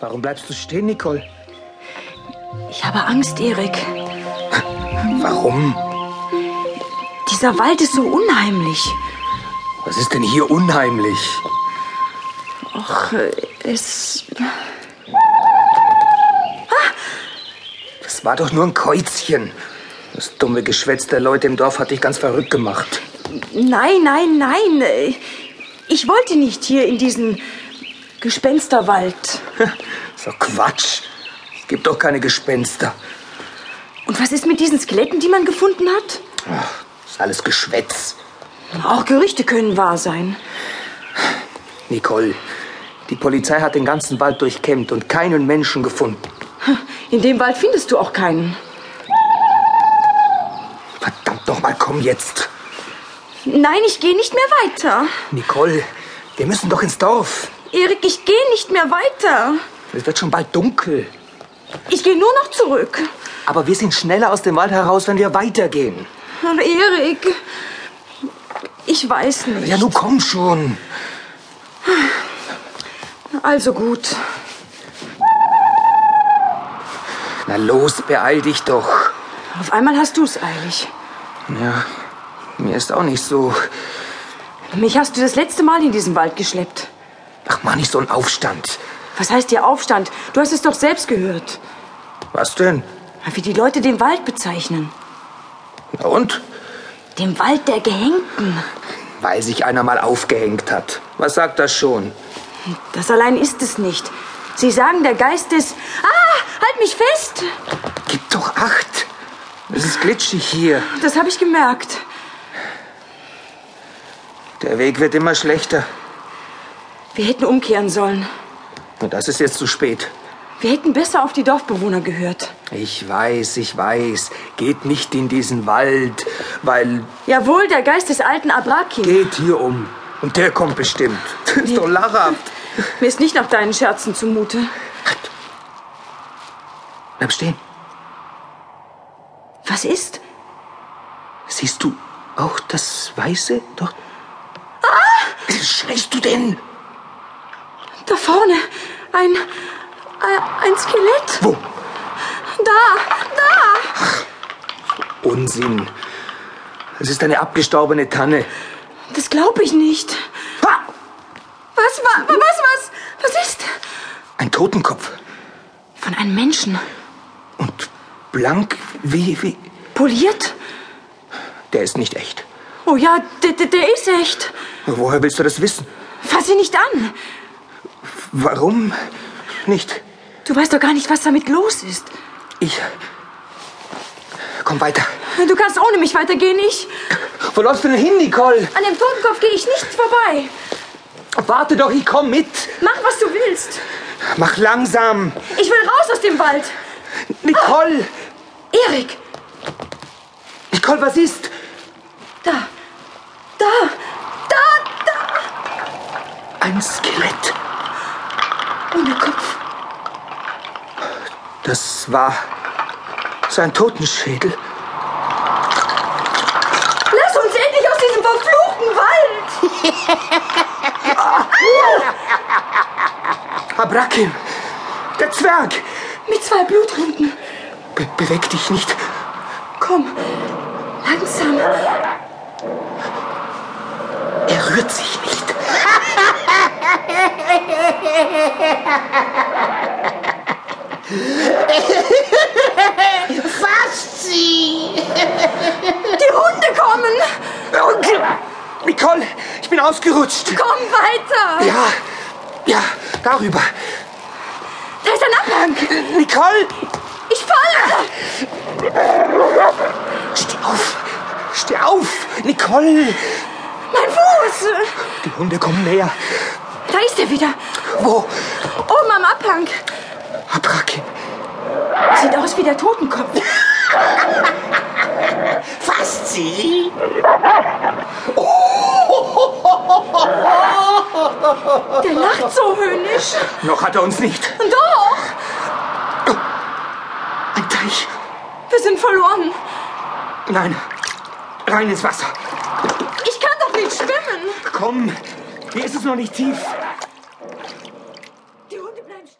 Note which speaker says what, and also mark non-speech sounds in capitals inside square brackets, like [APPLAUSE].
Speaker 1: Warum bleibst du stehen, Nicole?
Speaker 2: Ich habe Angst, Erik.
Speaker 1: Warum?
Speaker 2: Dieser Wald ist so unheimlich.
Speaker 1: Was ist denn hier unheimlich?
Speaker 2: Och, äh, es.
Speaker 1: Das war doch nur ein Käuzchen. Das dumme Geschwätz der Leute im Dorf hat dich ganz verrückt gemacht. [LAUGHS]
Speaker 2: Nein, nein, nein. äh, Ich wollte nicht hier in diesen Gespensterwald.
Speaker 1: So Quatsch. Es gibt doch keine Gespenster.
Speaker 2: Und was ist mit diesen Skeletten, die man gefunden hat?
Speaker 1: Ach, ist alles Geschwätz.
Speaker 2: Auch Gerüchte können wahr sein.
Speaker 1: Nicole, die Polizei hat den ganzen Wald durchkämmt und keinen Menschen gefunden.
Speaker 2: In dem Wald findest du auch keinen.
Speaker 1: Verdammt nochmal, komm jetzt.
Speaker 2: Nein, ich gehe nicht mehr weiter.
Speaker 1: Nicole, wir müssen doch ins Dorf.
Speaker 2: Erik, ich gehe nicht mehr weiter.
Speaker 1: Es wird schon bald dunkel.
Speaker 2: Ich gehe nur noch zurück.
Speaker 1: Aber wir sind schneller aus dem Wald heraus, wenn wir weitergehen.
Speaker 2: Aber Erik, ich weiß nicht.
Speaker 1: Ja, nun komm schon.
Speaker 2: Also gut.
Speaker 1: Na los, beeil dich doch.
Speaker 2: Auf einmal hast du es eilig.
Speaker 1: Ja, mir ist auch nicht so.
Speaker 2: Mich hast du das letzte Mal in diesen Wald geschleppt.
Speaker 1: Ach, mach nicht so einen Aufstand.
Speaker 2: Was heißt hier Aufstand? Du hast es doch selbst gehört.
Speaker 1: Was denn?
Speaker 2: Wie die Leute den Wald bezeichnen.
Speaker 1: Na und?
Speaker 2: Den Wald der Gehängten.
Speaker 1: Weil sich einer mal aufgehängt hat. Was sagt das schon?
Speaker 2: Das allein ist es nicht. Sie sagen, der Geist ist... Ah, halt mich fest!
Speaker 1: Gib doch acht. Es ist glitschig hier.
Speaker 2: Das habe ich gemerkt.
Speaker 1: Der Weg wird immer schlechter.
Speaker 2: Wir hätten umkehren sollen.
Speaker 1: Und das ist jetzt zu spät.
Speaker 2: Wir hätten besser auf die Dorfbewohner gehört.
Speaker 1: Ich weiß, ich weiß. Geht nicht in diesen Wald, weil
Speaker 2: Jawohl, der Geist des alten Abraki.
Speaker 1: geht hier um. Und der kommt bestimmt. Das ist doch lachhaft.
Speaker 2: Mir ist nicht nach deinen Scherzen zumute.
Speaker 1: Bleib stehen.
Speaker 2: Was ist?
Speaker 1: Siehst du auch das Weiße dort? Ah! Schreist du denn?
Speaker 2: Da vorne. Ein. Ein, ein Skelett.
Speaker 1: Wo?
Speaker 2: Da, da.
Speaker 1: Unsinn. Es ist eine abgestorbene Tanne.
Speaker 2: Das glaube ich nicht.
Speaker 1: Ha!
Speaker 2: Was war. Was, was? Was ist?
Speaker 1: Ein Totenkopf.
Speaker 2: Von einem Menschen.
Speaker 1: Und blank wie, wie.
Speaker 2: Poliert?
Speaker 1: Der ist nicht echt.
Speaker 2: Oh ja, der, der, der ist echt.
Speaker 1: Woher willst du das wissen?
Speaker 2: Fass ihn nicht an.
Speaker 1: Warum nicht?
Speaker 2: Du weißt doch gar nicht, was damit los ist.
Speaker 1: Ich. Komm weiter.
Speaker 2: Du kannst ohne mich weitergehen, ich.
Speaker 1: Wo läufst du denn hin, Nicole?
Speaker 2: An dem Totenkopf gehe ich nicht vorbei.
Speaker 1: Warte doch, ich komm mit.
Speaker 2: Mach, was du willst.
Speaker 1: Mach langsam.
Speaker 2: Ich will raus aus dem Wald.
Speaker 1: Nicole!
Speaker 2: Erik,
Speaker 1: Nicole, was ist?
Speaker 2: da. Da. Da, da.
Speaker 1: Ein Skelett.
Speaker 2: Ohne Kopf.
Speaker 1: Das war sein Totenschädel.
Speaker 2: Lass uns endlich aus diesem verfluchten Wald.
Speaker 1: Abrakim, der Zwerg!
Speaker 2: Mit zwei Blutrinden.
Speaker 1: Be beweg dich nicht.
Speaker 2: Komm. Langsam.
Speaker 1: Er rührt sich nicht.
Speaker 3: Fasst sie!
Speaker 2: Die Hunde kommen.
Speaker 1: Und- Äh, Nicole, ich bin ausgerutscht.
Speaker 2: Komm weiter.
Speaker 1: Ja, ja, darüber.
Speaker 2: Da ist ein Abhang.
Speaker 1: Nicole,
Speaker 2: Ich falle.
Speaker 1: steh auf. Steh auf, Nicole.
Speaker 2: Mein Fuß.
Speaker 1: Die Hunde kommen näher.
Speaker 2: Da ist er wieder.
Speaker 1: Wo?
Speaker 2: Oben am Abhang.
Speaker 1: Abrakim,
Speaker 2: Sieht aus wie der Totenkopf.
Speaker 3: Fasst sie!
Speaker 2: Der lacht so höhnisch.
Speaker 1: noch hat er uns nicht.
Speaker 2: Doch.
Speaker 1: Ein Teich.
Speaker 2: Wir sind verloren.
Speaker 1: Nein, rein ins Wasser.
Speaker 2: Ich kann doch nicht schwimmen.
Speaker 1: Komm, hier ist es noch nicht tief.